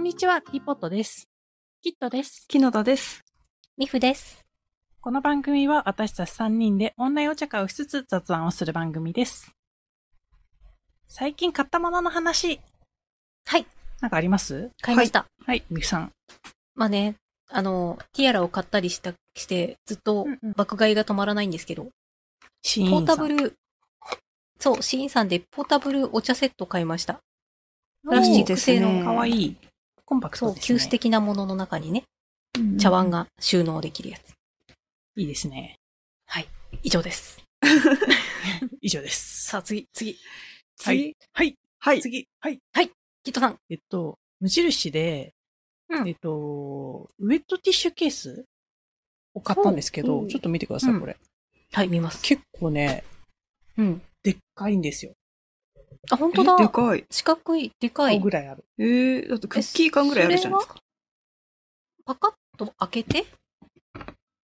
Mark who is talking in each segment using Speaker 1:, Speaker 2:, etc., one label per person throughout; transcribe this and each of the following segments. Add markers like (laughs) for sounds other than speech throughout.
Speaker 1: にちは、ティーポットです。キットです。
Speaker 2: 木野田です。
Speaker 3: ミフです。
Speaker 1: この番組は私たち3人でオンラインお茶会をしつつ雑談をする番組です。最近買ったものの話、
Speaker 3: はい、
Speaker 1: なんかあります
Speaker 3: 買いました。
Speaker 1: はい、みきさん。
Speaker 3: まあね、あの、ティアラを買ったりした、して、ずっと
Speaker 1: うんうん
Speaker 3: 爆買いが止まらないんですけど、
Speaker 1: シ
Speaker 3: ポ
Speaker 1: ー
Speaker 3: ー
Speaker 1: ン
Speaker 3: タ
Speaker 1: さ
Speaker 3: ブ
Speaker 1: ん。
Speaker 3: ル、そう、シーンさんでポータブルお茶セット買いました。
Speaker 1: プ
Speaker 3: プラスチッ
Speaker 2: いい
Speaker 3: ク
Speaker 2: ですね
Speaker 3: 製の
Speaker 1: かわいい。コンパク
Speaker 3: そ
Speaker 1: ト
Speaker 3: う、
Speaker 1: です、ね。
Speaker 3: 急須的なものの中にね、茶碗が収納できるやつ。
Speaker 1: いいですね。
Speaker 3: 以上です。
Speaker 1: 以上です。
Speaker 3: さあ、次、次。
Speaker 1: はい。はい。
Speaker 2: はい。
Speaker 1: 次。はい。
Speaker 3: キットさん。
Speaker 1: えっと、無印で、
Speaker 3: うん
Speaker 1: えっと、ウェットティッシュケースを買ったんですけ
Speaker 2: ほう
Speaker 1: ど、
Speaker 2: ほう
Speaker 1: ちょっと見てください、
Speaker 3: うん
Speaker 1: これ。
Speaker 3: はい、見ます。
Speaker 1: 結構ね、
Speaker 3: うん。
Speaker 1: でっかいんですよ。
Speaker 3: あ、本
Speaker 2: え
Speaker 3: 当だ。
Speaker 2: でかい。
Speaker 3: 四角い、でか
Speaker 1: 5
Speaker 3: い
Speaker 1: ぐ。らいある。
Speaker 2: えー、だってクッキー缶ぐらいあるじゃないですか。
Speaker 3: か。パカッと開けて、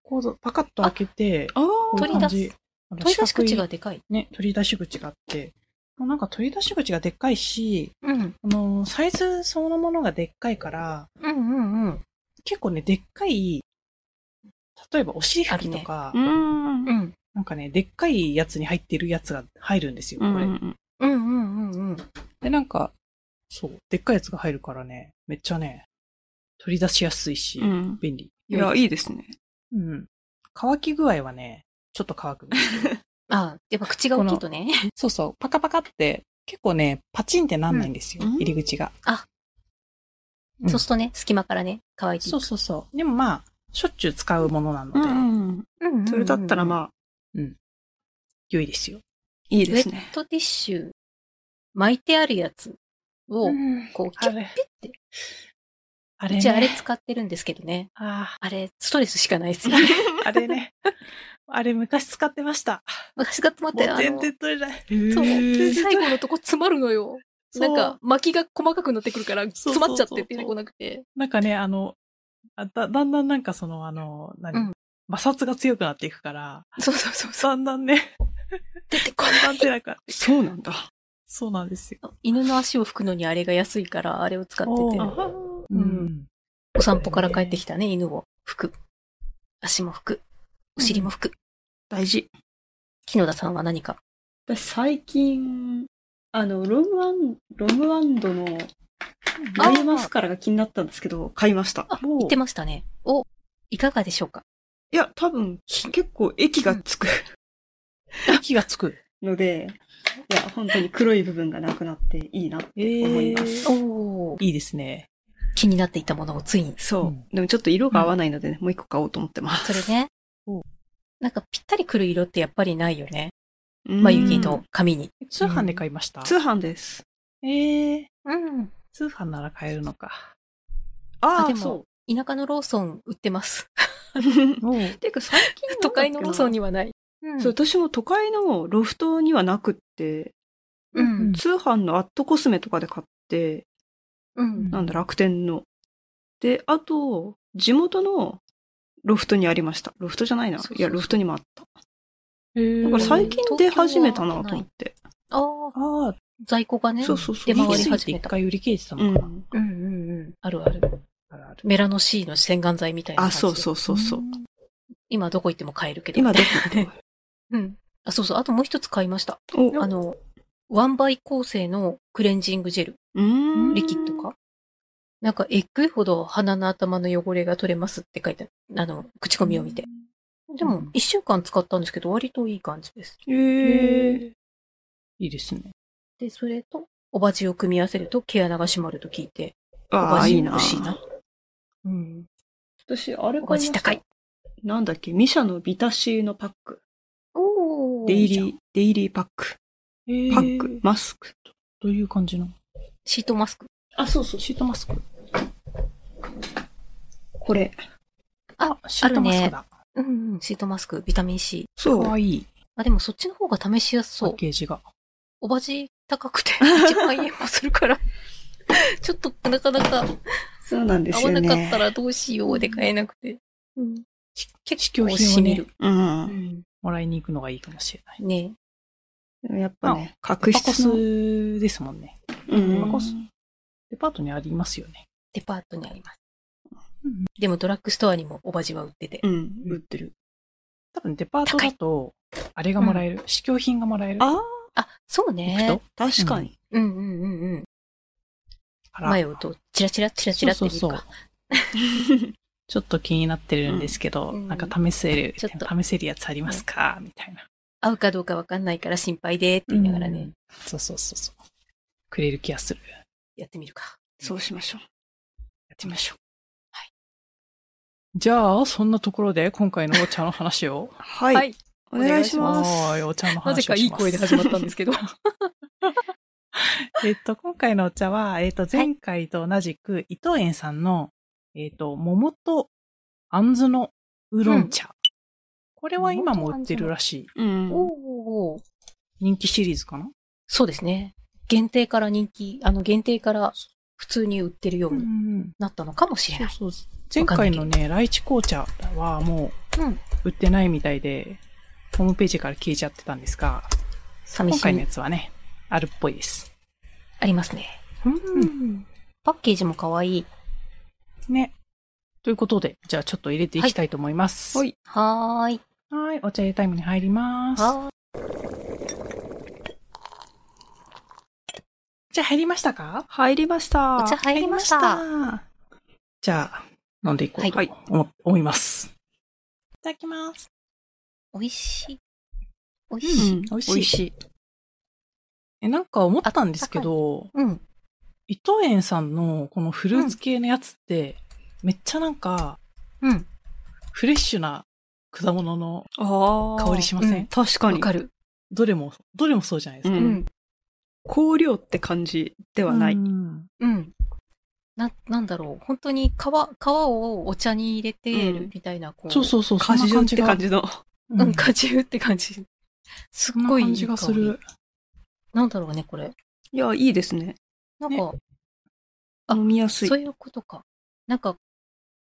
Speaker 1: 構造、パカッと開けて、
Speaker 2: あ
Speaker 1: こうい
Speaker 2: ー
Speaker 1: う
Speaker 3: 取り
Speaker 1: 感
Speaker 3: 出
Speaker 1: じ
Speaker 3: す。
Speaker 1: あの
Speaker 3: 取り出し口が
Speaker 1: 四角
Speaker 3: でかい。
Speaker 1: いね、取り出し口があって、もうなんか取り出し口がでっかいし、
Speaker 3: うん。
Speaker 1: あの、サイズそのものがでっかいから、
Speaker 3: うんうんうん。
Speaker 1: 結構ね、でっかい、例えばお尻拭きとか、
Speaker 2: うーん。
Speaker 3: う
Speaker 2: うん
Speaker 3: ん。
Speaker 1: なんかね、でっかいやつに入ってるやつが入るんですよ、こ
Speaker 2: う
Speaker 1: れ。
Speaker 2: ん
Speaker 3: うんうんうんうん。
Speaker 1: で、なんか、そう、でっかいやつが入るからね、めっちゃね、取り出しやすいし、
Speaker 2: うん。
Speaker 1: 便利。
Speaker 2: いや、いいですね。
Speaker 1: うん。乾き具合はね、ちょっと乾
Speaker 2: (laughs)
Speaker 1: くんですけど。
Speaker 3: あ、やっぱ口が大きいとね。
Speaker 1: そうそう、パカパカって、結構ね、パチンってなんないんですよ、
Speaker 2: うん
Speaker 1: 入り口が。うん
Speaker 3: そうするとね、隙間からね、乾いていく。
Speaker 1: そうそうそう。でもまあ、しょっちゅう使うものなので、
Speaker 2: うん。
Speaker 3: うんうんうん
Speaker 2: それだったら
Speaker 3: あ。
Speaker 2: まあ、
Speaker 1: 良いですよ。
Speaker 2: いい
Speaker 3: ウ
Speaker 2: で
Speaker 3: ェ
Speaker 2: すね
Speaker 3: ッ。トティッシュ、巻いてあるやつを、こう、キ
Speaker 1: あ
Speaker 3: ュッ
Speaker 1: れ
Speaker 3: て。
Speaker 1: あれ
Speaker 3: うちあれ
Speaker 1: ね。
Speaker 3: 使ってるんですけどね。
Speaker 1: あ
Speaker 3: あれ、ストレスしかないですよ。
Speaker 1: ーあれね。あれ昔使ってました。
Speaker 3: 昔が詰まっ
Speaker 1: もう
Speaker 3: て、あ
Speaker 1: 全
Speaker 3: の、
Speaker 1: 然取れない。
Speaker 3: そう、
Speaker 2: 然
Speaker 3: 最後のとこ詰まるのよ。
Speaker 1: そ
Speaker 3: な
Speaker 1: うん
Speaker 3: か、巻きが細かくなってくるから、
Speaker 1: そうそう
Speaker 3: 詰まっちゃって出てこなくて。
Speaker 1: なんかね、あの、あだだんだんなんかその、あの、何、
Speaker 3: うん
Speaker 1: 摩擦が強くなっていくから、
Speaker 3: そうそうそう。
Speaker 1: だんだんね、
Speaker 3: 出てこ
Speaker 1: だん
Speaker 3: な
Speaker 1: (laughs)
Speaker 3: い。
Speaker 1: だん手だから。
Speaker 2: そうなんだ。
Speaker 1: そうなんですよ。
Speaker 3: 犬の足を拭くのにあれが安いから、あれを使ってて。
Speaker 1: おう
Speaker 3: うんお散歩から帰ってきたね、犬を拭く。足も拭く。お尻も拭く。
Speaker 2: 大事。
Speaker 3: 木野田さんは何か。
Speaker 4: 私最近、あの、ロムワン、ロムワンドの
Speaker 3: あ
Speaker 4: 眉マスカラが気になったんですけど、買いました。
Speaker 3: あ、
Speaker 1: おう
Speaker 3: 言ってましたね。お、いかがでしょうか
Speaker 2: いや、多分、結構液がつく
Speaker 1: 息がつく。
Speaker 4: ので、いや、本当に黒い部分がなくなっていいな。
Speaker 1: えー
Speaker 4: 思います
Speaker 3: お
Speaker 1: いいですね。
Speaker 3: 気になっていたものをついに。
Speaker 2: そう。
Speaker 1: うん
Speaker 2: でもちょっと色が合わないのでね、もう一個買おうと思ってます。
Speaker 3: それね
Speaker 1: お。
Speaker 3: なんかぴったりくる色ってやっぱりないよね。
Speaker 2: うん。
Speaker 3: 眉毛と髪に。
Speaker 1: 通販で買いました。
Speaker 2: 通販です。
Speaker 1: えー、
Speaker 3: うん。
Speaker 1: 通販なら買えるのか。
Speaker 2: あ
Speaker 3: あでも (laughs)
Speaker 2: あ、そう。
Speaker 3: 田舎のローソン売ってます。
Speaker 2: てか最近 (laughs) なんだっけな
Speaker 3: 都会のローソンにはない。うん
Speaker 2: そう、私も都会のロフトにはなくって、
Speaker 3: うん。
Speaker 2: 通販のアットコスメとかで買って、
Speaker 3: うん。
Speaker 2: なんだ、楽天の。で、あと、地元のロフトにありました。ロフトじゃないな。
Speaker 3: そうそうそう
Speaker 2: いや、ロフトにもあった。
Speaker 1: え
Speaker 2: だ
Speaker 1: ー
Speaker 2: から最近出始めた
Speaker 3: う
Speaker 2: なんと思って。
Speaker 3: ああ、
Speaker 1: ああ、
Speaker 3: 在庫がね。
Speaker 2: そうそうそう
Speaker 3: 出
Speaker 1: 出
Speaker 3: 回
Speaker 1: 回り
Speaker 3: り
Speaker 1: 始
Speaker 3: 始
Speaker 1: め
Speaker 3: め
Speaker 1: 一
Speaker 3: た。
Speaker 1: 回売り切れてた
Speaker 2: う
Speaker 1: のかな。
Speaker 2: ん。
Speaker 3: うんうんうん。あるある。
Speaker 1: あるある。
Speaker 3: メラノ C の洗顔剤みたいな感
Speaker 2: あ、
Speaker 3: じ。
Speaker 2: そうそうそうそう。
Speaker 3: 今どこ行っても買えるけど。
Speaker 2: 今どこ行っ
Speaker 3: (laughs) うん。あ、そうそう。あともう一つ買いました。
Speaker 2: てもお
Speaker 3: あの、ワンバイ構成のクレンジングジェル、
Speaker 2: うーん
Speaker 3: リキッドか。なんか、えっくいほど鼻の頭の汚れが取れますって書いてある。あの、口コミを見て。
Speaker 1: う
Speaker 3: でも
Speaker 1: ん、
Speaker 3: 一週間使ったんですけど、割といい感じです。
Speaker 2: えー。
Speaker 1: いいですね。
Speaker 3: で、それと、おばじを組み合わせると毛穴が締まると聞いて、お
Speaker 2: あ
Speaker 3: ば
Speaker 2: あ、い
Speaker 3: じ
Speaker 2: いな
Speaker 3: 欲。しいな。うん。
Speaker 4: 私、あれ買い
Speaker 3: お
Speaker 4: ま
Speaker 3: ば
Speaker 4: し
Speaker 3: じ
Speaker 4: た
Speaker 3: 高い。。
Speaker 2: なんだっけ、ミシャのビタシーのパック。
Speaker 3: お
Speaker 2: デイリー、デイリーパック。
Speaker 1: パ
Speaker 2: パック、マスク。
Speaker 1: どういう感じの
Speaker 3: シートマスク。
Speaker 4: あ、そうそう。
Speaker 1: シートマスク
Speaker 4: これ。
Speaker 3: あ、
Speaker 1: シ
Speaker 3: あ
Speaker 1: ー
Speaker 3: る
Speaker 1: トマスク
Speaker 3: ね。
Speaker 1: だ。
Speaker 3: うんうん。シートマスク、ビタミン C。
Speaker 1: か
Speaker 2: そ
Speaker 1: わ
Speaker 2: う。
Speaker 1: いい
Speaker 3: あ、でもそっちの方が試しやす
Speaker 1: パ
Speaker 3: そ
Speaker 1: ッ
Speaker 3: う。
Speaker 1: ケージが。
Speaker 3: おばじ高くて (laughs) 1万円もするから、 (laughs) ちょっとなかなか
Speaker 2: そうなんです
Speaker 3: 合わ
Speaker 2: よ
Speaker 3: な
Speaker 2: ね。
Speaker 3: かったらどうしようで買えなくて。うん、
Speaker 1: 試
Speaker 3: 結
Speaker 1: 供
Speaker 3: 構
Speaker 1: 品を
Speaker 3: しみ
Speaker 1: ね
Speaker 3: る、。
Speaker 2: うん。
Speaker 1: もらいに行くのがいいかもしれない。
Speaker 3: ね
Speaker 2: でもやっぱね、
Speaker 1: パ
Speaker 2: 角
Speaker 1: コ
Speaker 2: 質の。
Speaker 1: スですもんね。
Speaker 2: うん
Speaker 1: パコスデパートにありますよね。
Speaker 3: デパートにあります
Speaker 1: うん。
Speaker 3: でもドラッグストアにもおばじは売ってて。
Speaker 2: うん、売ってる。
Speaker 1: 多分デパートだと、あれがもらえる。試供品がもらえる。
Speaker 2: あ
Speaker 3: あ、そう
Speaker 2: あ、行
Speaker 3: ね
Speaker 2: く。と確かに。
Speaker 3: うんうんうんうん。
Speaker 1: あら
Speaker 3: 前をと、チラチラチラチラって見
Speaker 1: そ
Speaker 3: るか。
Speaker 1: うそうそちょっと気になってるんですけど、
Speaker 3: うん
Speaker 1: なんか試せる、
Speaker 3: ちょっと
Speaker 1: 試せるやつありますか、みたいな。
Speaker 3: 合うかどうかわかんないから心配でって言いながらね、
Speaker 1: うんそうそうそうそう。くれる気がする。や
Speaker 3: やってみるか。
Speaker 2: そうしましょう。
Speaker 1: ってみましょう。はい。じゃあ、そんなところで今回のお茶の話
Speaker 3: (laughs)
Speaker 1: を。
Speaker 2: はい。
Speaker 3: はい
Speaker 2: お願いします。
Speaker 1: はーい、お茶の話をします。
Speaker 3: 始まったんですけど。
Speaker 1: えっと、今回のお茶は、えっと、前回と同じく、伊藤園さんの、えっと、桃と杏子のウーロン茶。これは今も売ってるらしい。
Speaker 2: う
Speaker 3: (laughs)
Speaker 2: ん。
Speaker 3: おー
Speaker 1: 人気シリーズかな
Speaker 3: そうですね。限定から人気、あの限定から普通に売ってるように
Speaker 1: ん。
Speaker 3: なったのかもしれない。
Speaker 1: そうそう。前回のね、ライチ紅茶はも
Speaker 3: うん
Speaker 1: う売ってないみたいで、ホームページから消えちゃってたんですが、
Speaker 3: 寂
Speaker 1: 今
Speaker 3: し
Speaker 1: 回のや
Speaker 3: い。
Speaker 1: つはね、あるっぽいです。
Speaker 3: ありますね。うん。パッケージも可愛い。
Speaker 1: ね。ということで、じゃあちょっと入れていきたいと思います。。
Speaker 2: はいい
Speaker 3: はーい。
Speaker 1: はい、お茶入れタイムに入ります。
Speaker 3: は
Speaker 1: じゃあ入りましたか
Speaker 2: 入りました。
Speaker 3: ーい。お茶入りました。
Speaker 1: 入りましたじゃあ、飲んでいこうと
Speaker 3: はい
Speaker 1: 思,、思います。いただきます。
Speaker 3: 美味しい。美味
Speaker 2: う
Speaker 3: しい。
Speaker 2: ん、
Speaker 1: 美味しい
Speaker 2: 美味しい。
Speaker 1: え、なんか思ったんですけど、
Speaker 3: うん。
Speaker 1: 伊藤園さんのこのフルーツ系のやつって、めっちゃなんか
Speaker 3: うん。
Speaker 1: フレッシュな果物の
Speaker 2: ああ。
Speaker 1: 香りしません、
Speaker 3: うん
Speaker 2: 確か
Speaker 3: わ
Speaker 2: に。
Speaker 3: かる。
Speaker 1: どれも、どれもそうじゃないです
Speaker 2: う
Speaker 1: か。
Speaker 3: うんん。
Speaker 2: 香料って感じ
Speaker 1: で
Speaker 2: ではない。
Speaker 3: うん。な、なんだろう。本当に皮、皮をお茶に入れて
Speaker 2: うん
Speaker 3: るみたいな、こう。
Speaker 1: そうそうそう、
Speaker 2: 果汁って感
Speaker 1: じ
Speaker 2: じの。
Speaker 1: が。
Speaker 3: う、
Speaker 1: うんん、
Speaker 3: 果汁って感じ。す
Speaker 1: そ
Speaker 3: っ
Speaker 1: んな
Speaker 3: ごいい
Speaker 1: 感
Speaker 3: い
Speaker 1: じが
Speaker 3: 香
Speaker 1: す
Speaker 3: り
Speaker 1: る。
Speaker 3: なんだろうね、これ。
Speaker 2: いや、いいですね。
Speaker 3: なんか、あ
Speaker 2: 飲みやすい
Speaker 3: そう。いうことか。なんか、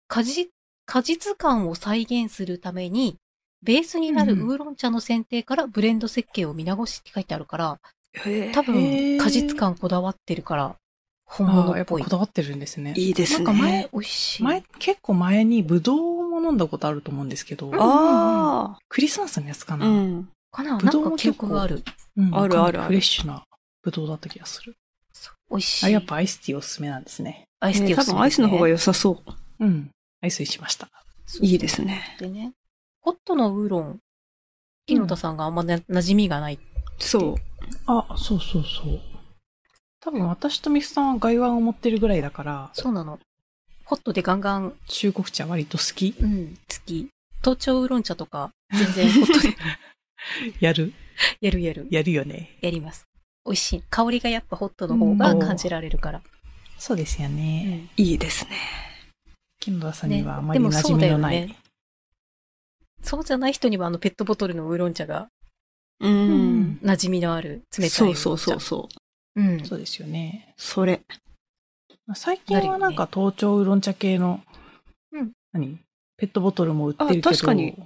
Speaker 3: 果実、果実感を再現するために、ベースになる
Speaker 1: うん
Speaker 3: ウーロン茶の選定からブレンド設計を見直しって書いてあるから、
Speaker 2: へえ
Speaker 3: 多
Speaker 1: へ
Speaker 3: 分、
Speaker 1: ー
Speaker 3: 果実感こだわってるから、本
Speaker 1: ああ、
Speaker 3: 物
Speaker 1: やっ
Speaker 3: っ
Speaker 1: ぱ
Speaker 3: ぽい
Speaker 1: こ。だわってるんですね。
Speaker 2: いいですね。
Speaker 1: なんか前
Speaker 3: 美味しい。
Speaker 1: 前、結構前にブドウも飲んだことあると思うんですけど、
Speaker 3: うん
Speaker 2: あ
Speaker 1: クリスマスのやつか
Speaker 2: あ。
Speaker 1: な、
Speaker 2: うん。
Speaker 3: かな
Speaker 1: ぶ
Speaker 3: な
Speaker 1: ど
Speaker 3: ん
Speaker 1: うも
Speaker 3: か記
Speaker 1: 結構
Speaker 3: 憶がある。
Speaker 1: うん
Speaker 2: あるあるある
Speaker 1: かなりフレッシュなブドウだった気がする。
Speaker 3: そう美味しい。
Speaker 1: あ、やっぱアイスティーおすすめなんですね。
Speaker 3: アイスティー
Speaker 2: えー多分アイスの方が
Speaker 3: よ
Speaker 2: 良さそ
Speaker 1: う
Speaker 2: う。
Speaker 1: ん。アイスにしました。
Speaker 2: いいですね。
Speaker 3: でね、ホットのウーロン、木野田さんがあんまな、馴染みがない。
Speaker 2: そう。
Speaker 1: あ、そうそうそう。多分私とミスさんは外腕を持ってるぐらいだから、
Speaker 3: そうなの。ホットでガンガン、
Speaker 1: 中国茶割と好き
Speaker 3: うん、好き。東京ウーロン茶とか、全然ホットで
Speaker 1: (laughs) やる
Speaker 3: やるやる。
Speaker 1: やるよね。
Speaker 3: やります。美味しい。香りがやっぱホットの方が感じられるから。
Speaker 1: そうですよね。
Speaker 2: いいですね。
Speaker 1: 金田さんに
Speaker 3: ね
Speaker 1: はあま
Speaker 3: で
Speaker 1: り馴
Speaker 3: もそ
Speaker 1: 染
Speaker 3: う
Speaker 1: み
Speaker 3: だ
Speaker 1: の
Speaker 3: よ
Speaker 1: ない。
Speaker 3: ね。そうじゃない人にはあのペットボトルのウーロン茶が
Speaker 2: うん。
Speaker 3: 馴染みのある冷たいウーロン茶。
Speaker 2: そうそうそうそう。
Speaker 3: うん。
Speaker 1: そうですよね。
Speaker 2: それ。
Speaker 1: 最近はなんか東京ウーロン茶系の、
Speaker 3: うん
Speaker 1: 何ペットボトルも売ってるけど。
Speaker 2: あ確かに。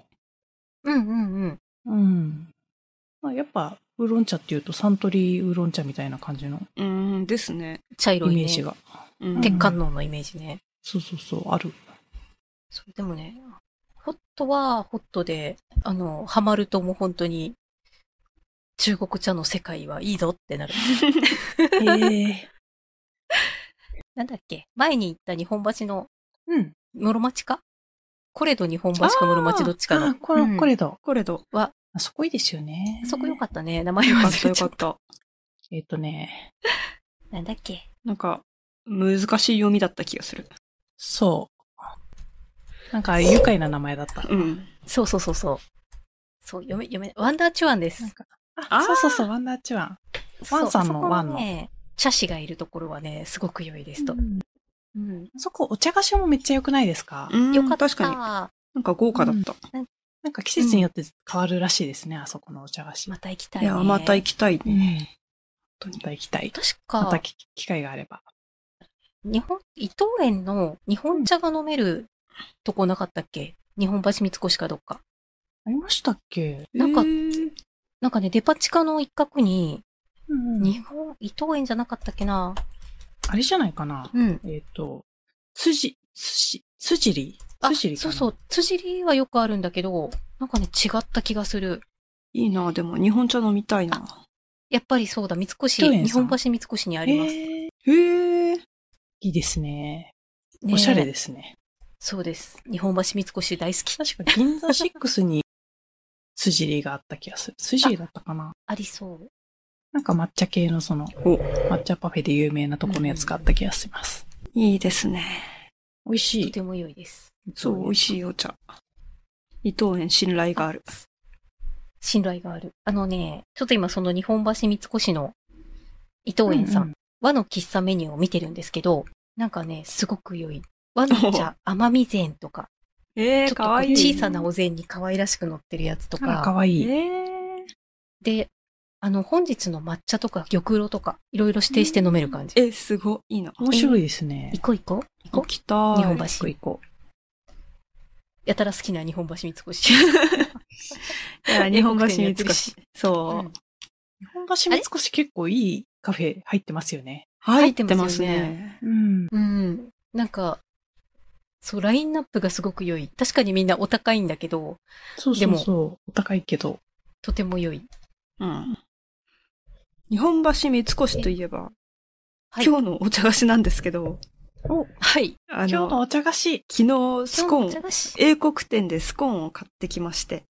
Speaker 3: うんうんうん。
Speaker 1: うん。まあ、やっぱ、ウーロン茶っていうとサントリーウーロン茶みたいな感じの
Speaker 2: うんですね。
Speaker 3: 茶
Speaker 1: イ
Speaker 3: 色いね。
Speaker 1: メージが。
Speaker 2: うん
Speaker 3: 鉄観音のイメージね。
Speaker 1: そうそうそう、ある。
Speaker 3: そう、でもね、ホットはホットで、あの、ハマるともう本当に、中国茶の世界はいいぞってなる。
Speaker 1: ええ
Speaker 3: なんだっけ前に行った日本橋の
Speaker 1: うん。
Speaker 3: 室町かコレド日本橋か室町どっちか
Speaker 1: あ
Speaker 3: の
Speaker 1: ー。これ、
Speaker 3: うん
Speaker 1: これだ。
Speaker 2: これど。
Speaker 1: あそこいいですよね。
Speaker 3: あそこよか
Speaker 1: っ
Speaker 3: ったね。名前
Speaker 2: よかっ
Speaker 3: 忘
Speaker 2: た
Speaker 3: れ
Speaker 2: よ
Speaker 3: ち
Speaker 2: か
Speaker 3: ゃっ。
Speaker 2: ったた。
Speaker 1: た。えっ、とね、
Speaker 3: なんだっけ
Speaker 2: なんか、難しい読みだった気がする。
Speaker 1: そう。なんか、愉快な名前だった。
Speaker 2: うん。
Speaker 3: そうそうそうそう。そう、読め、読め、ワンダーチュアンで
Speaker 1: なん
Speaker 3: す。
Speaker 1: か
Speaker 2: あ
Speaker 1: あ、
Speaker 2: ー
Speaker 1: そうそうそう、ワンダーチュアン。ワンさんの
Speaker 3: そうあそこ
Speaker 1: ワンの
Speaker 3: ね、茶師がいるところはね、すごく良いですと。うん。
Speaker 1: あそこ、お茶菓子もめっちゃ良くないですか、
Speaker 2: うん
Speaker 3: よかった。
Speaker 2: 確かに。なんか豪華だった。
Speaker 1: なんか季節によって変わるらしいですね、あそこのお茶菓子。
Speaker 3: また行きたい
Speaker 2: い
Speaker 3: ね。
Speaker 2: や、また行きたい。
Speaker 1: うん。
Speaker 2: 当に
Speaker 1: また行きたい。
Speaker 3: 確
Speaker 1: また
Speaker 3: か、
Speaker 1: き機会があれば。
Speaker 3: 日本、伊藤園の日本茶が飲めるとこなかったっけ日本橋三越かどっか。
Speaker 1: ありましたっけ
Speaker 3: なんか
Speaker 2: えー
Speaker 3: なんかね、デパ地下の一角に、
Speaker 1: うん
Speaker 3: 日本、伊藤園じゃなかったっけな
Speaker 1: あれじゃないかな。
Speaker 3: うん。
Speaker 1: えっ、と、つじ、つじ、つじり
Speaker 3: あ、
Speaker 1: つじりか
Speaker 3: そう
Speaker 1: な
Speaker 3: そう。つじりはよくあるんだけど、なんかね、違った気がする。
Speaker 2: いいな、でも日本茶飲みたいな。
Speaker 3: やっぱりそうだ、三越、
Speaker 1: 糸園さん
Speaker 3: 日本橋三越にあります。
Speaker 1: へー
Speaker 2: へえ。
Speaker 1: いいですね。
Speaker 3: ねえ
Speaker 1: おしゃれですね。
Speaker 3: そうです。日本橋三越大好き。
Speaker 1: 確か銀座6につじりがあった気がする。つじりだったかな
Speaker 3: ありそう。
Speaker 1: なんか抹茶系のその、
Speaker 2: お
Speaker 1: 抹茶パフェで有名なとこのやつがあった気がします。
Speaker 2: いいですね。
Speaker 1: 美味し
Speaker 3: と
Speaker 1: い。
Speaker 3: ても良いです。
Speaker 2: そう、美味しいお茶。伊藤園信頼がある。
Speaker 3: 信頼がある。あのね、ちょっと今その日本橋三越の伊藤園さん、
Speaker 1: うんうん
Speaker 3: 和の喫茶メニューを見てるんですけど、なんかね、すごく良い。和の茶、甘み膳とか、
Speaker 2: え
Speaker 3: ちょっとこう
Speaker 1: い
Speaker 3: 小さなお膳に可愛らしく乗ってるやつと
Speaker 1: あら、か
Speaker 3: か、
Speaker 1: わい
Speaker 2: え
Speaker 1: い。
Speaker 2: ー
Speaker 3: で、あの、本日の抹茶とか玉露とか、いろいろ指定して飲める感じ。
Speaker 2: え、すごい、いいな。
Speaker 1: 面白いですね。
Speaker 3: 行こう行こう。行こ
Speaker 2: 行きたい。
Speaker 3: 日本橋
Speaker 1: 一個一個。
Speaker 3: う。やたら好きな日本橋三越。
Speaker 2: いや日本橋
Speaker 3: 英国
Speaker 2: 三
Speaker 3: 店やってるし
Speaker 2: 越。そう。
Speaker 1: 日本橋三越結構いいカフェ入ってますよね。
Speaker 2: 入
Speaker 3: 入
Speaker 2: っ
Speaker 3: ってて
Speaker 2: ま
Speaker 3: ますす
Speaker 2: ね
Speaker 3: ね。
Speaker 1: うん。
Speaker 3: (laughs) うん。なんか、そう、ラインナップがすごく良い。確かにみんなお高いんだけど、
Speaker 1: そうそうそう。お高いけど。
Speaker 3: とても良い。
Speaker 2: うん。日本橋三越といえば、
Speaker 3: はい。
Speaker 2: 今日のお茶菓子なんですけど、
Speaker 3: はい。
Speaker 2: あ
Speaker 1: 今日の
Speaker 2: の、
Speaker 1: お茶菓子。
Speaker 2: 昨日ス
Speaker 3: 今
Speaker 2: コ
Speaker 3: 日のお
Speaker 2: ー
Speaker 3: 茶
Speaker 2: ン、
Speaker 3: 菓子
Speaker 2: 英国店でスコーンを買ってきまして、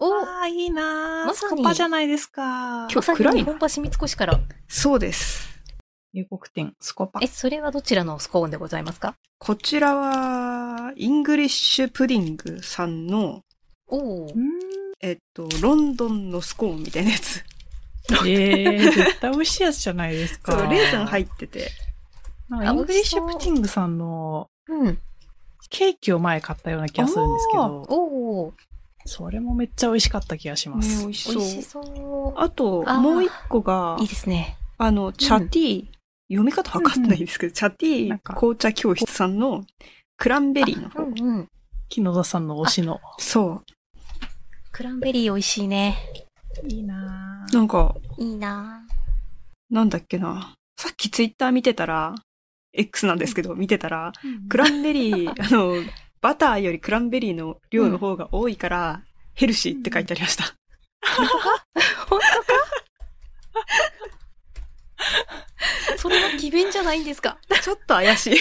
Speaker 3: お
Speaker 1: ああ、いいなー。
Speaker 3: まさに
Speaker 1: スコパじゃないですか。
Speaker 3: ま
Speaker 2: 今日
Speaker 3: さに
Speaker 2: 暗い
Speaker 3: 日
Speaker 2: な
Speaker 3: 本橋三越から。
Speaker 2: そうです。
Speaker 1: 英国店、スコパ
Speaker 3: え、。それはどちらのスコーンでございますか
Speaker 2: こちらは、イングリッシュプディングさんの、
Speaker 3: お
Speaker 1: う。
Speaker 3: お
Speaker 1: ん。
Speaker 2: えっと、ロンドンのスコーンみたいなやつ。
Speaker 1: (laughs) えー、絶対美味しいやつじゃないです
Speaker 2: そ
Speaker 1: か。
Speaker 2: う、レーズン入
Speaker 1: っ
Speaker 2: ってて。
Speaker 1: イングリッシュプティングさんの
Speaker 3: うん。
Speaker 1: ケーキを前買ったような気がするんですけど、
Speaker 3: おお。
Speaker 1: それもめっちゃ美味しかった気がしま
Speaker 2: ね、
Speaker 1: す。
Speaker 2: 美味し
Speaker 3: 美味し
Speaker 2: そう。
Speaker 3: そう。
Speaker 2: あと、
Speaker 3: あー
Speaker 2: もう一個が
Speaker 3: いい、ですね。
Speaker 2: あの、チャティ、読み方わかんないですけど、チャテ
Speaker 1: なん
Speaker 2: ィ
Speaker 1: か
Speaker 2: 紅茶教室さんのクランベリーの
Speaker 3: う
Speaker 2: 方。
Speaker 3: んうん。
Speaker 1: 木野田さんの推しの。
Speaker 2: そ
Speaker 3: クランベリー美味しいね。
Speaker 1: いいな
Speaker 2: う。なんか、
Speaker 3: いいな
Speaker 2: なんだっけな。さっきツイッター見てたら、X なんですけど、見てたら、ク
Speaker 1: クラ
Speaker 2: ランベ
Speaker 3: (laughs)
Speaker 2: リー、あの、バターよりクランベリーの量の方が多いから、ヘルシーって書いてありました。
Speaker 3: ぁ。本当かそれは詭弁じゃないんですか
Speaker 2: ちょっと怪しい。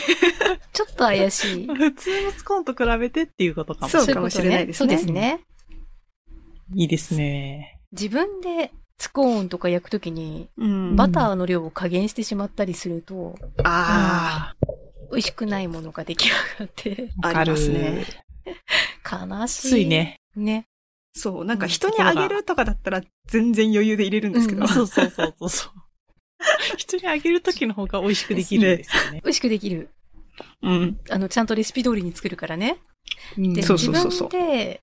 Speaker 3: ちょっと怪 (laughs) し
Speaker 1: (laughs)
Speaker 3: い。
Speaker 1: 普通のスコーンと比べてっていうことかもしれ
Speaker 2: そ
Speaker 1: な
Speaker 2: う
Speaker 1: い。
Speaker 2: かもしれないで
Speaker 3: そ
Speaker 2: すね
Speaker 3: ういうことね。そうですね。
Speaker 1: いいですね。
Speaker 3: 自分でスコーンとか焼くときに、
Speaker 2: うん。
Speaker 3: バターの量を加減してしまったりすると、
Speaker 2: あ
Speaker 3: 美味しくないものが出来上がって、
Speaker 2: あ、ありますね。
Speaker 3: 悲しい。
Speaker 1: つい。ね。
Speaker 3: ね。
Speaker 2: そう、なんか人にあげるとかだったら全然余裕で入れるんですけど。
Speaker 3: うん
Speaker 1: そうそうそうそうそう。人にあげるときの方が美味しくできるんですよね。
Speaker 3: 美味しくできる。
Speaker 2: うん。
Speaker 3: あの、ちゃんとレシピ通りに作るからね。
Speaker 1: うん
Speaker 3: で、
Speaker 2: そう
Speaker 3: 自
Speaker 2: そうそうそう
Speaker 3: 分で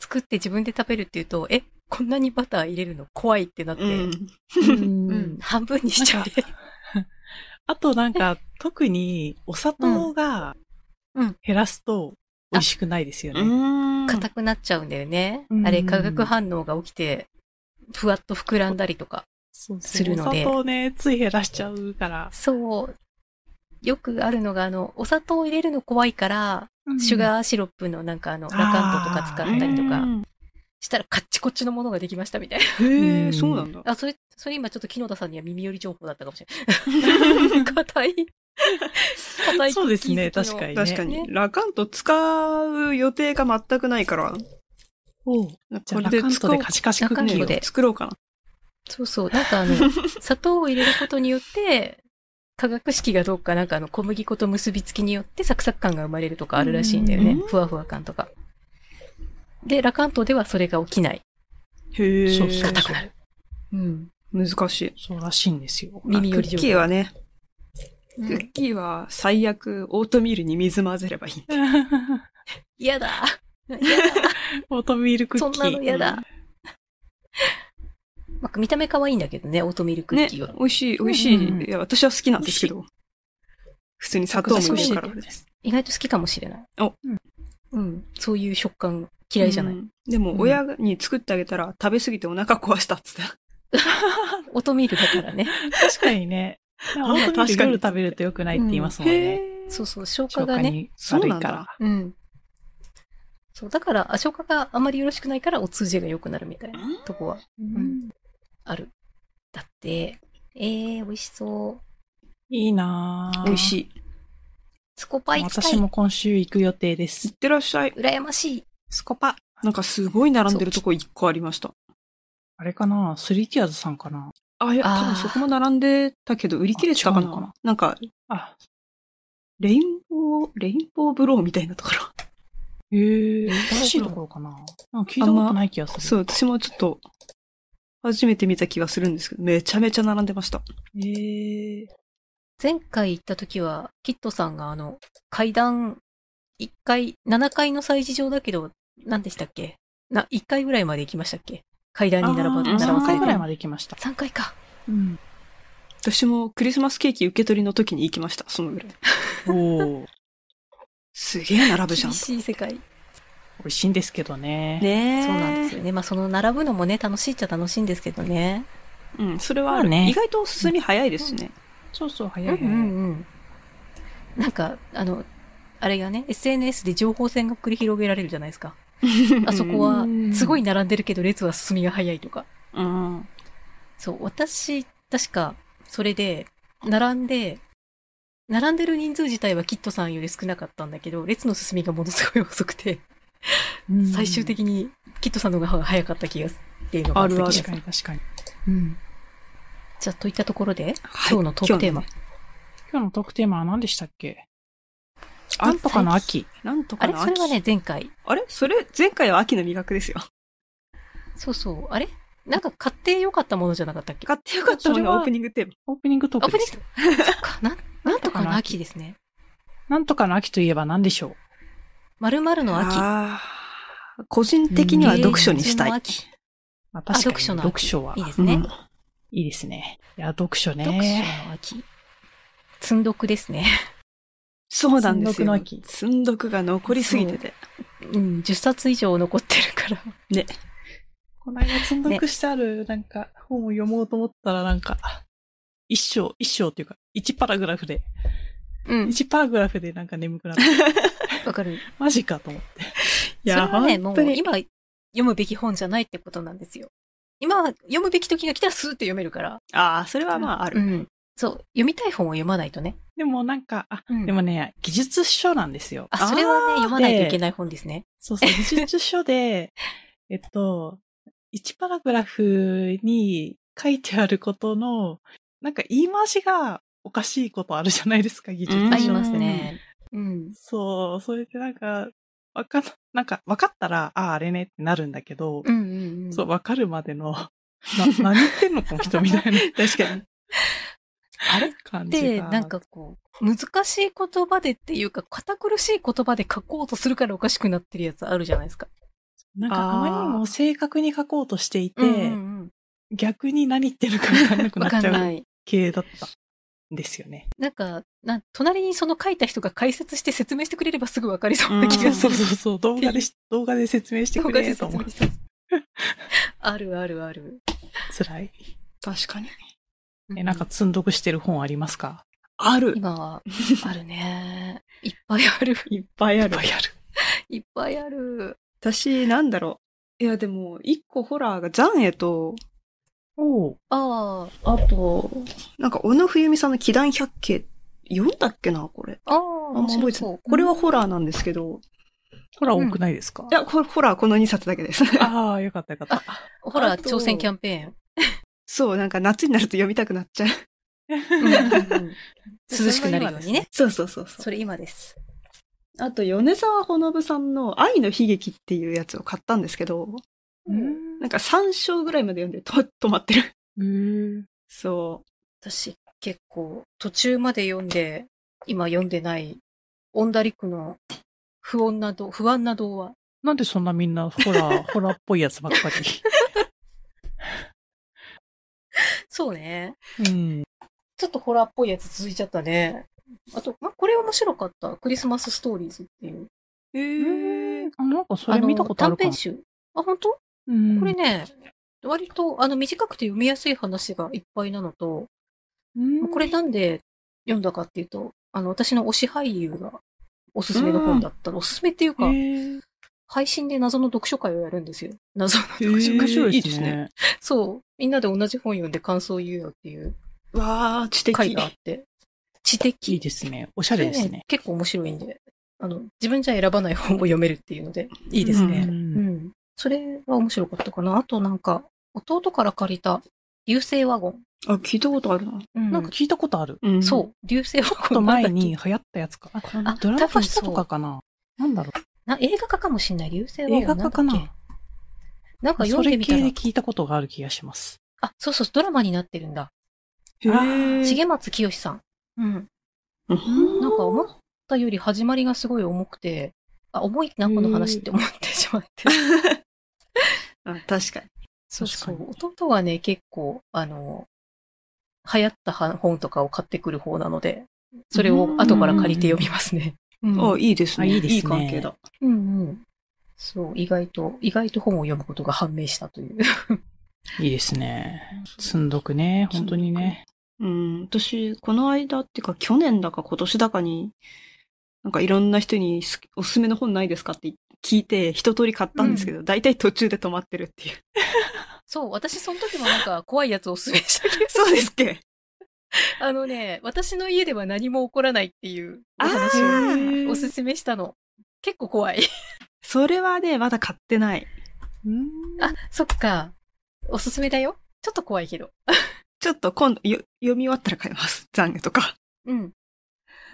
Speaker 3: 作って自分で食べるっていうと、え、こんなにバター入れるの怖いってなって、
Speaker 2: う
Speaker 3: うんん。。
Speaker 1: うん
Speaker 3: 半分にしちゃうね。
Speaker 1: あとなんか、特にお砂糖が
Speaker 3: うん
Speaker 1: 減らすと美味しくないですよね。
Speaker 2: うん
Speaker 3: 硬くなっちゃうんだよね。
Speaker 1: うん
Speaker 3: あれ、化学反応が起きて、ふわっと膨らんだりとか。
Speaker 1: そうそう
Speaker 3: するの
Speaker 1: お
Speaker 3: で
Speaker 1: 砂糖ね、つい減らしちゃうから。
Speaker 3: そう。よくあるのが、あの、お砂糖を入れるの怖いから、シュ
Speaker 1: ー。
Speaker 3: ガーシロップのなんかあの、ラカントとか使ったりと
Speaker 2: う
Speaker 3: か、
Speaker 2: ん
Speaker 3: したらカッチコッチのものができましたみたい
Speaker 2: へ
Speaker 1: う
Speaker 2: え、
Speaker 1: ん
Speaker 2: そ
Speaker 3: (laughs)
Speaker 2: うなんだ。
Speaker 3: な。あ、それ、それ今ちょっと木野田さんには耳寄り情報だったかもしれ
Speaker 1: (laughs)
Speaker 3: ない。硬い。硬い。
Speaker 1: そうですね、確かに、ね。
Speaker 2: 確か
Speaker 1: に。
Speaker 2: に、
Speaker 3: ね
Speaker 2: ラカント使う予定が全くないから、
Speaker 1: じゃ
Speaker 2: こ
Speaker 1: あ、
Speaker 2: れ
Speaker 1: ラ
Speaker 2: で
Speaker 1: カン
Speaker 2: 使
Speaker 1: ト
Speaker 2: お
Speaker 1: で
Speaker 2: う
Speaker 1: カチカチクッ
Speaker 3: ラカ
Speaker 1: キ
Speaker 3: ント
Speaker 1: ー
Speaker 3: で
Speaker 1: を。
Speaker 2: 作ろうかな。
Speaker 3: そうそう。な
Speaker 1: (laughs)
Speaker 3: んかあの、砂糖を入れることによって、化学式がどうか、なんかあの、小麦粉と結びつきによってサクサク感が生まれるとかあるらしいんだよね
Speaker 2: う。ん
Speaker 3: ふわふわ感とか。で、ラカントではそれが起きない。
Speaker 2: へえ、
Speaker 1: そうそう
Speaker 3: 硬くなる。うん。
Speaker 2: 難しい。
Speaker 1: そうらしいんですよ。
Speaker 3: 耳寄
Speaker 2: ク
Speaker 3: り
Speaker 2: ッ
Speaker 3: 情
Speaker 2: キー
Speaker 3: 報。
Speaker 2: はね、
Speaker 3: う
Speaker 2: ク
Speaker 3: ん
Speaker 2: ッキーは最悪オートミールに水混ぜればいい。
Speaker 3: (laughs) 嫌だ。
Speaker 1: オートミールク
Speaker 3: そ
Speaker 1: ッ
Speaker 3: ん
Speaker 1: キー。
Speaker 3: なの嫌だ。 (laughs) まあ見た目可愛いんだけどね、オートミールクッ
Speaker 2: ね
Speaker 3: キーは。、
Speaker 2: 美味しい、美味し
Speaker 1: うんうん
Speaker 2: い。いや、私は好きなんですけど。普通に砂糖も入れるから。
Speaker 3: 意外と好きかもしれない。
Speaker 2: お
Speaker 3: うん。うん。そういう食感嫌いじゃない。
Speaker 2: うんでも、親に作ってあげたら食べ過ぎてお腹壊したっつって。
Speaker 3: オートミールだからね。 (laughs)
Speaker 2: (laughs)
Speaker 1: 確かにね。オートミール夜食べると良くないって言いますもんね。
Speaker 2: へ
Speaker 3: そうそう、消化
Speaker 1: 消
Speaker 3: が
Speaker 1: 化
Speaker 3: ね。
Speaker 1: に悪いか
Speaker 2: そうなん
Speaker 1: ら
Speaker 2: だ。
Speaker 3: うん。そう、だから、あ消化があまりよろしくないから、お通じが良くなるみたいなとこは
Speaker 4: うん
Speaker 3: ある。だって、えー、美味しそう。
Speaker 1: いいなぁ
Speaker 2: 美味しい。
Speaker 3: スコパ行きた
Speaker 1: 私
Speaker 3: い。
Speaker 1: も今週行く予定で
Speaker 2: いっ
Speaker 1: す。
Speaker 2: てらっしゃい。
Speaker 3: 羨ましい。
Speaker 1: スコパ。
Speaker 2: なんかすごい並んでるとこ一個ありました。
Speaker 1: あれかなスリーティアーズさんかな
Speaker 2: あ、いや、
Speaker 3: あー
Speaker 2: 多分そこも並んでたけど、売り切れてたか
Speaker 1: あ違う
Speaker 2: な
Speaker 1: のかな
Speaker 2: なんか、
Speaker 1: あ、
Speaker 2: レインボー、レインボーブローみたいなと
Speaker 3: (laughs)
Speaker 2: ころ。
Speaker 1: へえ。
Speaker 3: え
Speaker 1: 新しいところかななんか聞いたことない気がする。
Speaker 2: そう、私もちょっと、初めて見た気がするんですけど、めちゃめちゃ並んでました。
Speaker 1: へえ。
Speaker 3: 前回行った時は、キットさんがあの、階段、1階、7階の催事場だけど、何でしたっけな、1階ぐらいまで行きましたっけ階段に並ば、
Speaker 1: あー
Speaker 3: 並ば
Speaker 1: 3
Speaker 3: され
Speaker 1: 回
Speaker 3: て
Speaker 1: ぐらいまで行きました。
Speaker 3: 3階か。
Speaker 1: うん。
Speaker 2: 私もクリスマスケーキ受け取りの時に行きました、そのぐらい。
Speaker 1: おお。
Speaker 2: すげえ並ぶじ
Speaker 3: 厳
Speaker 2: ゃん。
Speaker 3: しい世界。
Speaker 1: 美味しいんですけどね。
Speaker 2: ねえ。
Speaker 3: そうなんですよね。まあ、その並ぶのもね、楽しいっちゃ楽しいんですけどね。
Speaker 2: うん、それはあ
Speaker 1: ま
Speaker 2: る
Speaker 1: あね
Speaker 2: 意外と進み早いですしね。
Speaker 1: そうそう、
Speaker 3: う
Speaker 1: 早
Speaker 3: んう
Speaker 1: い
Speaker 3: ん
Speaker 1: 早い。
Speaker 3: うん。なんか、あの、あれがね、SNS で情報戦が繰り広げられるじゃないですか。あそこは
Speaker 1: う、ん
Speaker 3: すごい並んでるけど列は進みが早いとか。
Speaker 2: うん。
Speaker 3: そう、私、確か、それで、並んで、並んでる人数自体はキットさんより少なかったんだけど、列の進みがものすごい遅くて、
Speaker 1: うん
Speaker 3: 最終的にキットさんの方が早かった気がすっていうのがった気が
Speaker 2: ある
Speaker 3: す
Speaker 1: 確かに確かに。
Speaker 3: うん。じゃあ、といったところで、
Speaker 2: はい
Speaker 3: 今日のトークテーマ。
Speaker 2: 今日のね
Speaker 1: 今日のトークテーマは何でしたっけ
Speaker 2: あ
Speaker 1: なんとかの秋。
Speaker 2: なんと
Speaker 3: あ
Speaker 2: か
Speaker 3: れ
Speaker 2: の
Speaker 3: そ
Speaker 2: 秋。
Speaker 3: れはね、前回。
Speaker 2: あれそれ、前回は秋の味覚ですよ。
Speaker 3: そうそう。あれなんか買って良かったものじゃなかったっけ
Speaker 2: 買ってよかったの
Speaker 1: それ
Speaker 2: が
Speaker 1: は
Speaker 2: オープニングテーマ。
Speaker 1: オープニングトー
Speaker 3: あ、
Speaker 1: ク
Speaker 3: ぶ
Speaker 1: で
Speaker 3: ね
Speaker 1: す。
Speaker 3: そっか。なん、なんとかの秋ですね。
Speaker 1: なんとかの秋といえば何でしょう
Speaker 3: 〇〇の秋。
Speaker 2: あー個人的には読書にしたい。
Speaker 3: 芸術
Speaker 1: まあ、確かに
Speaker 3: 読書の秋
Speaker 1: 読書はい
Speaker 3: いですね。
Speaker 2: うん
Speaker 1: いいですね。いや、読書ね。
Speaker 3: 読書の秋。積んどくですね。
Speaker 2: そうなんです
Speaker 1: 積んどくの
Speaker 2: よ
Speaker 1: 秋。
Speaker 2: 積んどくが残りすぎてて。
Speaker 3: うん、10冊以上残ってるから。
Speaker 1: この間積んどくしてある、なんか、本を読もうと思ったら、なんか、一章、一章っていうか、一パラグラフで、
Speaker 3: うん、
Speaker 1: 一パラグラフでなんか眠
Speaker 3: (laughs)
Speaker 1: くなった。
Speaker 3: わかる。
Speaker 1: マジかと思って。
Speaker 2: い
Speaker 3: それ
Speaker 2: や、
Speaker 3: はね、も
Speaker 2: 本
Speaker 3: う
Speaker 2: 当に。
Speaker 3: 今読むべき本じゃないってことなんですよ。今読むべき時が来たらスーって読めるから。
Speaker 2: ああ、それはまああ
Speaker 3: う
Speaker 2: る。
Speaker 3: ん。そう、読みたい本を読まないとね。
Speaker 1: でもなんか、あ、
Speaker 3: うん
Speaker 1: でもね、技術書なんですよ。
Speaker 3: あ、それはね、読まないと
Speaker 1: で
Speaker 3: いけない本ですね。
Speaker 1: そうそう、技術書で、 (laughs) えっと、1パラグラフに書いてあることの、なんか言い回しがおかしいことあるじゃないですか、技術書
Speaker 2: うん
Speaker 1: っ
Speaker 3: あ
Speaker 1: て。
Speaker 3: りますね。うん。
Speaker 1: そう、それでなんか、わかん、なんか分かったら、ああ、あれねってなるんだけど、
Speaker 3: うんうんうん。
Speaker 1: そう、分かるまでの、 (laughs) な、何言ってんのこの人みたい
Speaker 3: (laughs)
Speaker 1: な
Speaker 2: 確かに。
Speaker 3: あれっ
Speaker 1: 感じ
Speaker 3: て、
Speaker 1: が。
Speaker 3: なんかこう、難しい言葉でっていうか、堅苦しい言葉で書こうとするからおかしくなってるやつあるじゃないですか。
Speaker 1: なんかあまりにも正確に書こうとしていて、
Speaker 3: うんうん
Speaker 1: 逆に何言ってるか分かんな
Speaker 3: う
Speaker 1: く
Speaker 3: ん。
Speaker 1: な
Speaker 3: わか
Speaker 1: っ
Speaker 3: ん
Speaker 1: ちゃ
Speaker 3: な
Speaker 1: う
Speaker 3: い。
Speaker 1: 系だったんですよね。
Speaker 3: なんか、な隣にその書いた人が解説して説明してくれればすぐわかりそうな気
Speaker 2: う
Speaker 3: が
Speaker 2: ん
Speaker 1: (laughs)
Speaker 3: す
Speaker 1: そう
Speaker 3: る。
Speaker 1: そうそう、動画でし、動画で説明してくれと思う。
Speaker 3: してあるあるある。
Speaker 1: 辛い。
Speaker 2: 確かに。
Speaker 1: え、なんか積んどくしてる本ありますか
Speaker 2: あ
Speaker 3: うん
Speaker 2: る。
Speaker 3: 今は、あるね。 (laughs) いっぱいある。
Speaker 2: いっぱいあ
Speaker 1: いっ
Speaker 2: る
Speaker 1: ぱ。いある。
Speaker 3: いっぱいある。
Speaker 2: 私、なんだろう。いや、でも、一個ホラーが、残影と、
Speaker 1: おう
Speaker 3: あ
Speaker 4: あと、
Speaker 2: なんか、小野冬美さんの祈願百景、読んだっけな、これ。
Speaker 3: あ、ああ、
Speaker 2: あんま
Speaker 3: 面
Speaker 2: 覚
Speaker 3: 白
Speaker 2: えてな
Speaker 3: そ。
Speaker 2: いうこれはホラーなんですけど、
Speaker 1: ほら、多くないですか、
Speaker 2: いや、こホラーこの2冊だけです。
Speaker 1: (laughs) ああ、よかったよかった。
Speaker 3: ほら、
Speaker 2: あと
Speaker 3: 挑戦キャンペ
Speaker 2: (laughs) そう、なんか夏になると読みたくなっちゃう。
Speaker 3: ーン。うんうんうん涼しくなるようにね。
Speaker 2: (laughs) そうそうそうそ
Speaker 3: それ今です。
Speaker 2: う。あと、米沢ほのぶさんの愛の悲劇っていうやつを買ったんですけど、
Speaker 1: うん
Speaker 2: なんか3章ぐらいまで読んでと止まってる。
Speaker 1: うん。
Speaker 2: そ
Speaker 3: 私結構途中まで読んで、今読んでない、オンダリクの不穏な童、不安な童話。
Speaker 1: なんでそんなみんなホラー、ホラーっぽいやつばっか
Speaker 3: そうね。
Speaker 1: り。うん。
Speaker 3: ちょっとホラーっぽいやつ続いちゃったね。あと、ま、これ面白かった。クリスマスストーリーズっていう。
Speaker 2: う。へー。
Speaker 1: あ、なんかそれ見たことあるか
Speaker 3: 短
Speaker 1: も
Speaker 3: 編。集。あ、本当？
Speaker 1: うん
Speaker 3: これ、ね、割と、あの、短くて読みやすい話がいっぱいなのと、
Speaker 1: うん
Speaker 3: これなんで読んだかっていうと、あの、私の推し俳優がおすすめの本だったの。おすすめっていうか、
Speaker 1: ー、
Speaker 3: 配信で謎の読書会をやるんですよ。
Speaker 1: (laughs)
Speaker 3: 謎の
Speaker 1: 面
Speaker 3: 読書会。
Speaker 1: 白い
Speaker 2: い
Speaker 1: で
Speaker 2: ですす
Speaker 1: ね
Speaker 2: ね。
Speaker 3: そう。みんなで同じ本読んで感想を言うよっていう
Speaker 2: わあ、知的。
Speaker 3: 会があって。知
Speaker 1: いい
Speaker 3: 的。
Speaker 1: ですね。おしゃれですね。
Speaker 3: 結構面白いんで。あの、自分じゃ選ばない本も読めるっていうので、いいですね。
Speaker 1: うん
Speaker 3: うん。それは面白かったかな。あとなんか、弟から借りた流星ワゴン。
Speaker 2: あ、聞いたことあるな。
Speaker 3: うん
Speaker 1: なんか聞いたことある。
Speaker 2: うん
Speaker 3: そう、流星ワゴン。
Speaker 1: ちょっと前
Speaker 3: なんだ
Speaker 1: に
Speaker 3: っ
Speaker 1: 流行ったやつか。
Speaker 2: この
Speaker 3: あ
Speaker 1: あドラ
Speaker 3: 多
Speaker 1: ッグ
Speaker 3: 分
Speaker 1: スト
Speaker 3: そう
Speaker 1: とかかな。なんだろ
Speaker 3: けな映画化かもしんない。流星ワ
Speaker 1: う。
Speaker 3: ゴン。
Speaker 1: 映画化か
Speaker 3: んだっ
Speaker 1: な
Speaker 3: け。なんか
Speaker 1: そ
Speaker 3: 読
Speaker 1: れ
Speaker 3: んでみた
Speaker 1: 系
Speaker 3: ら
Speaker 1: で、聞いたことがある気がします。
Speaker 3: あ、そうそう、ドラマになってるんだ。
Speaker 2: へ
Speaker 1: あ
Speaker 2: え。
Speaker 3: 重松清さん。うん。
Speaker 2: うん
Speaker 3: なんか思ったより始まりがすごい重くて、あ、重いな、この話って思ってしまって。
Speaker 2: あ確かに。
Speaker 3: そうそ
Speaker 1: 確
Speaker 3: う。弟はね、結構、あの、流行ったは本とかを買ってくる方なので、それを後から借りて読みますね。うん
Speaker 2: あ、いいですね。
Speaker 1: あいいですね
Speaker 2: いい関係だ。
Speaker 3: うんうん。そう、意外と、意外と本を読むことが判明したという。
Speaker 1: いいですね。積んどくね。本当にね。
Speaker 2: うん、私、この間っていうか、去年だか今年だかに、なんかいろんな人にすおすすめの本ないですかって聞いて、一通り買ったんですけど、大体途中で止まってるっていう。
Speaker 3: (laughs) そう、私その時もなんか怖いやつをおすすめした (laughs) けど、
Speaker 2: そうですっけ
Speaker 3: あのね、私の家では何も起こらないっていうお話を
Speaker 2: あー
Speaker 3: おすすめしたの。結構怖い。
Speaker 2: それはね、まだ買ってない。
Speaker 1: うん
Speaker 3: あ、そっか。おすすめだよ。ちょっと怖いけど。
Speaker 2: ちょっと今度よ読み終わったら買います。残業とか。
Speaker 3: うん。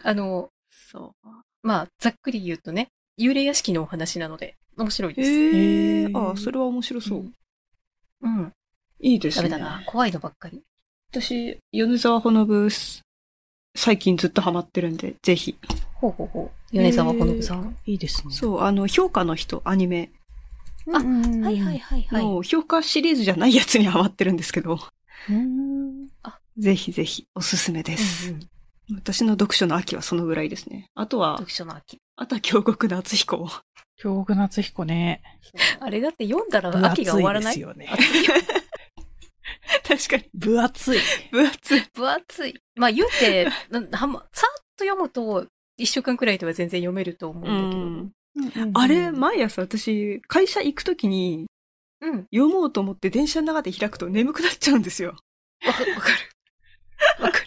Speaker 3: あの、
Speaker 2: そう。
Speaker 3: まあ、ざっくり言うとね、幽霊屋敷のお話なので、面白いです。
Speaker 2: へ
Speaker 1: へ
Speaker 2: え。
Speaker 1: ー
Speaker 2: あ、それは面白そう。
Speaker 3: うんうん。
Speaker 2: いいです
Speaker 3: ダ
Speaker 2: ね。
Speaker 3: メだな。怖いのばっかり。
Speaker 2: 私、米沢ほのぶ、最近ずっとハマってるんで、ぜひ。
Speaker 3: ほうほうほう。米沢好さん。
Speaker 1: いいですね。
Speaker 2: そう、あの、評価の人、アニメ
Speaker 3: あ
Speaker 1: うん
Speaker 3: はいはい。はいはい。
Speaker 2: の評価シリーズじゃないやつにハマってるんですけど、 (laughs)
Speaker 1: うん
Speaker 2: ぜひぜひおすすめです。
Speaker 3: うんうん
Speaker 2: 私の読書の秋はそのぐらいですね。あとは、
Speaker 3: 読書の秋。
Speaker 2: あとは京極夏彦を。
Speaker 1: 京極夏彦ね。
Speaker 3: あれだって読ん (laughs) だら
Speaker 1: 分厚
Speaker 3: 秋が終わらない
Speaker 1: です
Speaker 3: い
Speaker 1: よね。
Speaker 2: 確かに、
Speaker 1: 分厚い。
Speaker 2: (laughs) 分厚い。
Speaker 3: 分厚い。まあ言うて、なんはまさっと読むと、一週間くらいでは全然読めると思うんだ
Speaker 2: あれ、毎朝私、会社行くときに
Speaker 3: けど。うん。
Speaker 2: 読もうと思って電車の中で開くと眠くなっちゃうんですよ。
Speaker 3: わかわかる。わか (laughs) る。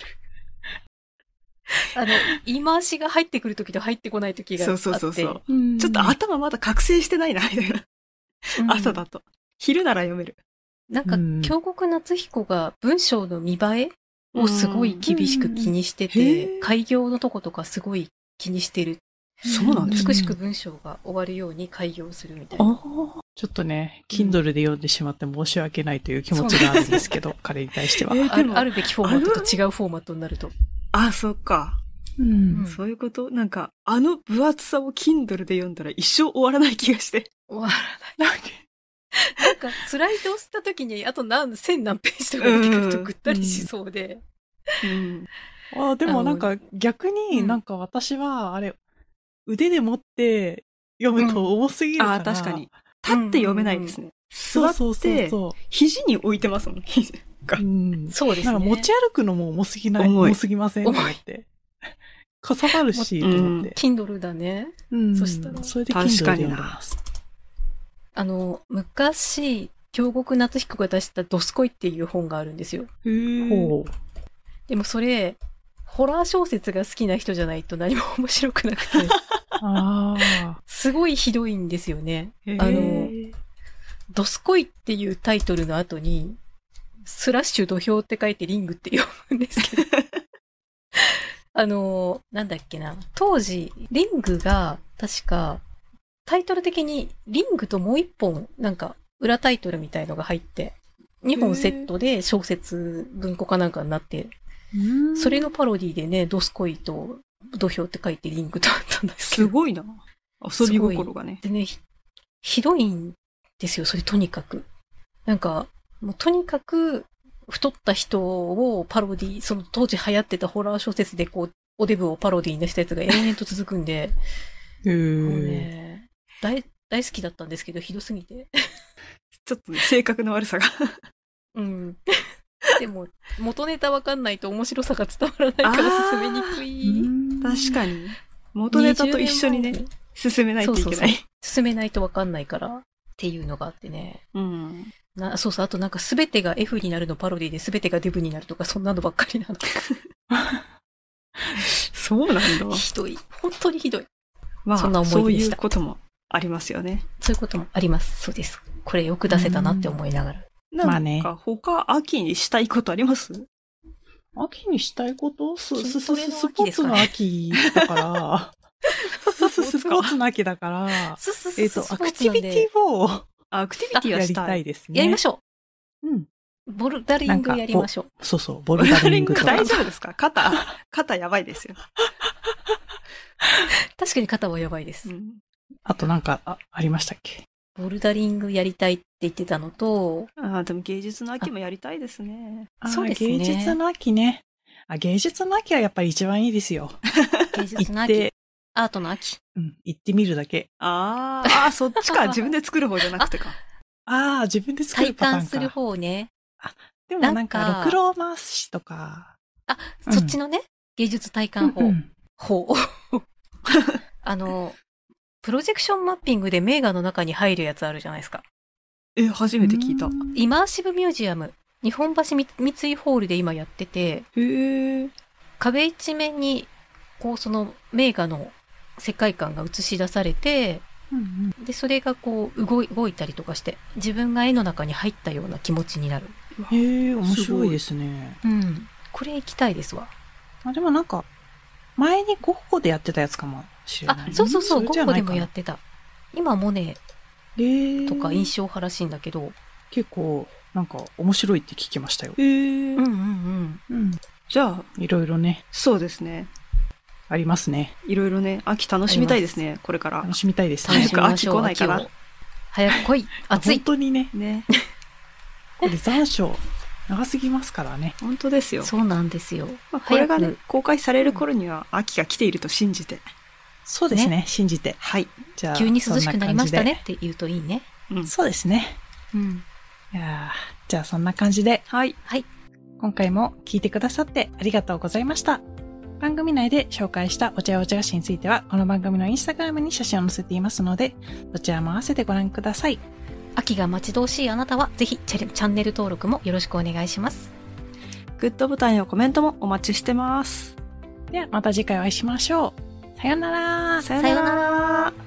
Speaker 3: あの、言い回しが入ってくるときと入ってこないときがあ
Speaker 2: そ
Speaker 3: っ
Speaker 2: う
Speaker 3: て。
Speaker 2: そうそうそう。
Speaker 1: うん
Speaker 2: ちょっと頭まだ覚醒してないな、みたいな。
Speaker 3: うん
Speaker 2: 朝。だと。昼なら読める。
Speaker 3: なん
Speaker 1: うん
Speaker 3: か、京極夏彦が文章の見栄えをすごい厳しく気にして
Speaker 2: うんへ
Speaker 3: て、
Speaker 2: ー
Speaker 3: 開業のとことかすごい気にしてる。
Speaker 2: そうなんです
Speaker 1: か
Speaker 3: 美しく文章が終わるように開業するみたいな。
Speaker 2: ああ。
Speaker 1: ちょっとね、Kindle で読んでしまって申し訳ないという気持ちがあるんですけど、彼に対しては。
Speaker 2: え
Speaker 3: あ
Speaker 2: で
Speaker 3: る
Speaker 2: も
Speaker 3: あるべきフォーマットと違うフォーマットになると。
Speaker 2: あ、そっか。
Speaker 1: うん
Speaker 3: うん
Speaker 2: (laughs) そういうことなんか、あの分厚さを Kindle で読んだら一生終わらない気がして。
Speaker 3: 終わらない。なんか、スライドをしたときに、あと何、千何ページとか出てくるとぐったりしそうで。
Speaker 2: うん。
Speaker 1: あでもなんか逆に
Speaker 3: うん
Speaker 1: なんか私は、あれ、腕で持って読むと重すぎるから。
Speaker 2: あー確かに。。立って読めないですね。
Speaker 1: そう
Speaker 2: 座
Speaker 1: そう
Speaker 2: っ
Speaker 1: そう
Speaker 2: て、
Speaker 1: そ
Speaker 2: 肘に置いてますもん。肘
Speaker 1: う。うん
Speaker 3: そうですね。
Speaker 1: なんか持ち歩くのも重すぎない、
Speaker 2: 重い
Speaker 1: 重すぎませんと思って。かさばるし、と
Speaker 2: うん
Speaker 1: 思って。
Speaker 3: Kindle だね。
Speaker 1: うん
Speaker 3: そしたら
Speaker 1: それで
Speaker 2: 確
Speaker 1: Kindle で
Speaker 2: かに
Speaker 1: 読ん
Speaker 2: な
Speaker 1: でます。
Speaker 3: あの、昔、京極夏彦が出したドスコイっていう本があるんですよ。
Speaker 2: へー
Speaker 1: ほう。
Speaker 3: でもそれ、ホラー小説が好きな人じゃないと何も面白くなくて、
Speaker 1: ああ。
Speaker 3: すごいひどいんですよね。
Speaker 2: へー
Speaker 3: あの、ドスコイっていうタイトルの後に、スラッシュ土俵って書いてリングって読むんですけど。あの、なんだっけな。当時、リングが、確か、タイトル的にリングともう一本、なんか、裏タイトルみたいのが入って、二本セットで小説、文庫かなんかになって、それのパロディでね、ドスコイと土俵って書いてリングとあったんですけ
Speaker 2: す
Speaker 3: ど。
Speaker 2: ごいな。遊び心がね。
Speaker 3: でね、ひひどいんですよ、それとにかく。なんか、もうとにかく太った人をパロディ、その当時流行ってたホラー小説でこう、おデブをパロディにしたやつが延々と続くんで、
Speaker 1: へ
Speaker 3: も
Speaker 1: え。
Speaker 3: うね、大、大好きだったんですけど、ひどすぎて。
Speaker 2: ちょっとね、性格の悪さが。
Speaker 3: うん。 (laughs) でも、元ネタわかんないと面白さが伝わらないから進めにくい
Speaker 2: 確かに。元ネタと一緒に
Speaker 3: 20
Speaker 2: ね
Speaker 3: 年、
Speaker 2: 進めないといけない。
Speaker 3: 進めないとわかんないからっていうのがあってね。
Speaker 2: うん。
Speaker 3: なそうそう、あとなんか全てが F になるのパロディで全てがデブになるとかそんなのばっかりな
Speaker 2: そうなんだ
Speaker 3: の。。ひどい。本当にひどい。
Speaker 2: まあ、
Speaker 3: そんな
Speaker 2: そ
Speaker 3: 思
Speaker 2: う
Speaker 3: い出
Speaker 2: い
Speaker 3: でし
Speaker 2: う
Speaker 3: た
Speaker 2: こともありますよね。
Speaker 3: そういうこともあります。そうです。これよく出せたなって思いながら。
Speaker 2: なんか、
Speaker 1: まあね
Speaker 2: 他、秋にしたいことあります
Speaker 1: 秋にしたいことす、す、
Speaker 3: 筋ト
Speaker 1: す、
Speaker 3: レ
Speaker 1: す
Speaker 3: の
Speaker 1: ス
Speaker 3: 秋
Speaker 1: ポ
Speaker 3: で
Speaker 1: ー
Speaker 3: す
Speaker 1: ツ
Speaker 3: か
Speaker 1: の
Speaker 3: ね
Speaker 1: 秋だから、す、す、スポーツの秋だ (laughs) から、
Speaker 3: すすす
Speaker 1: えっと、アクティビティを
Speaker 2: あアクティビティ
Speaker 1: や
Speaker 2: は
Speaker 1: り
Speaker 2: した
Speaker 1: た
Speaker 2: い
Speaker 1: い。ですね。
Speaker 3: やりましょ
Speaker 1: ょう。うん。
Speaker 3: う。ボルダリングやりましょう。
Speaker 1: そうそう、ボルダリングとか
Speaker 2: (laughs) 大。丈夫ですか肩、肩やばいですよ。
Speaker 3: 確かに肩はやばいです
Speaker 2: う。ん。
Speaker 1: あとなんか、あ、ありましたっけ
Speaker 3: ボルダリングやりたいって言ってたのと、
Speaker 2: ああ、でも芸術の秋もやりたいですね。
Speaker 1: あー
Speaker 3: そうですね
Speaker 1: 芸術の秋ね。あ、芸術の秋はやっぱり一番いいですよ。
Speaker 3: 芸術
Speaker 1: 行
Speaker 3: の
Speaker 1: っ
Speaker 3: 秋
Speaker 1: て、、
Speaker 3: アートの秋。
Speaker 1: うん、行ってみるだけ。
Speaker 2: あーあー、そっちか。自分で作る方じゃなくてか。
Speaker 1: ああ、自分で作る
Speaker 3: 体
Speaker 1: パターン
Speaker 3: 感
Speaker 1: か。
Speaker 3: する方ね。
Speaker 1: でもなん
Speaker 3: なんか
Speaker 1: か、ろくろ回しとか。
Speaker 3: あ、
Speaker 1: うん
Speaker 3: そっちのね、芸術体感法。
Speaker 1: うん
Speaker 3: ほう。 (laughs) あの、プロジェクションマッピングで名画の中に入るやつあるじゃないですか。
Speaker 2: え、初めて聞いた。
Speaker 1: うん
Speaker 3: イマーシブミュージアム。日本橋み三井ホールで今やってて、
Speaker 2: へえ。
Speaker 3: 壁一面に、こう、その名画の世界観が映し出されて、
Speaker 1: うん
Speaker 3: で、それがこう、動い、動いたりとかして、自分が絵の中に入ったような気持ちになる。
Speaker 1: うんへえ、面白いですね。
Speaker 3: うん。これ行きたいですわ。
Speaker 1: あ、でもなんか、前にゴッホでやってたやつかもしれ
Speaker 3: あ
Speaker 1: ない。、
Speaker 3: そうそうそう、ゴ
Speaker 1: れじ
Speaker 3: ッ
Speaker 1: ゃ
Speaker 3: ホ
Speaker 1: な
Speaker 3: で
Speaker 1: いか
Speaker 3: も
Speaker 1: な
Speaker 3: やってた。今、モネ
Speaker 1: へえ
Speaker 3: とか印象派らしいんだけど、
Speaker 1: 結構、なんか面白いって聞きましたよ。
Speaker 2: へえ
Speaker 3: うんうんう。ん。
Speaker 1: うん。
Speaker 2: じゃあ、
Speaker 1: いろいろね、
Speaker 2: そうですね。
Speaker 1: ありますね。
Speaker 2: いろいろね、秋楽しみたいですね、これから
Speaker 1: 楽。しみたいです
Speaker 2: 楽
Speaker 1: ね
Speaker 2: し。み秋来ないかな
Speaker 3: 秋を早く来い。 (laughs) 暑
Speaker 1: 本
Speaker 3: い。
Speaker 1: 当にね、
Speaker 2: ね。
Speaker 1: これ残暑、長すぎますからね。
Speaker 2: 本当ですよ。
Speaker 3: そうなんですよ。
Speaker 2: まあ、これが
Speaker 3: 早
Speaker 2: ね
Speaker 3: く、
Speaker 2: 公開される頃には秋が来ていると信じて。
Speaker 1: そうですね、信じて。
Speaker 2: はい。
Speaker 1: じゃあ、
Speaker 3: 急に涼しくなりましたね
Speaker 1: そ
Speaker 3: って言うといいね。
Speaker 2: うん
Speaker 1: んな感じで。そうですね。
Speaker 3: うん。
Speaker 1: いやーじゃあそんな感じで、
Speaker 2: はい。
Speaker 1: 今回も聞いてくださってありがとうございました。番組内で紹介したお茶やお茶菓子については、この番組のインスタグラムに写真を載せていますので、どちらも合わせてご覧ください。
Speaker 3: 秋が待ち遠しいあなたは、ぜひチャレチャンネル登録もよろしくお願いします。
Speaker 2: グッドボタンやコメントもお待ちしてます。
Speaker 1: ではまた次回お会いしましょう。さようなら。
Speaker 2: さ
Speaker 3: さような
Speaker 2: ら。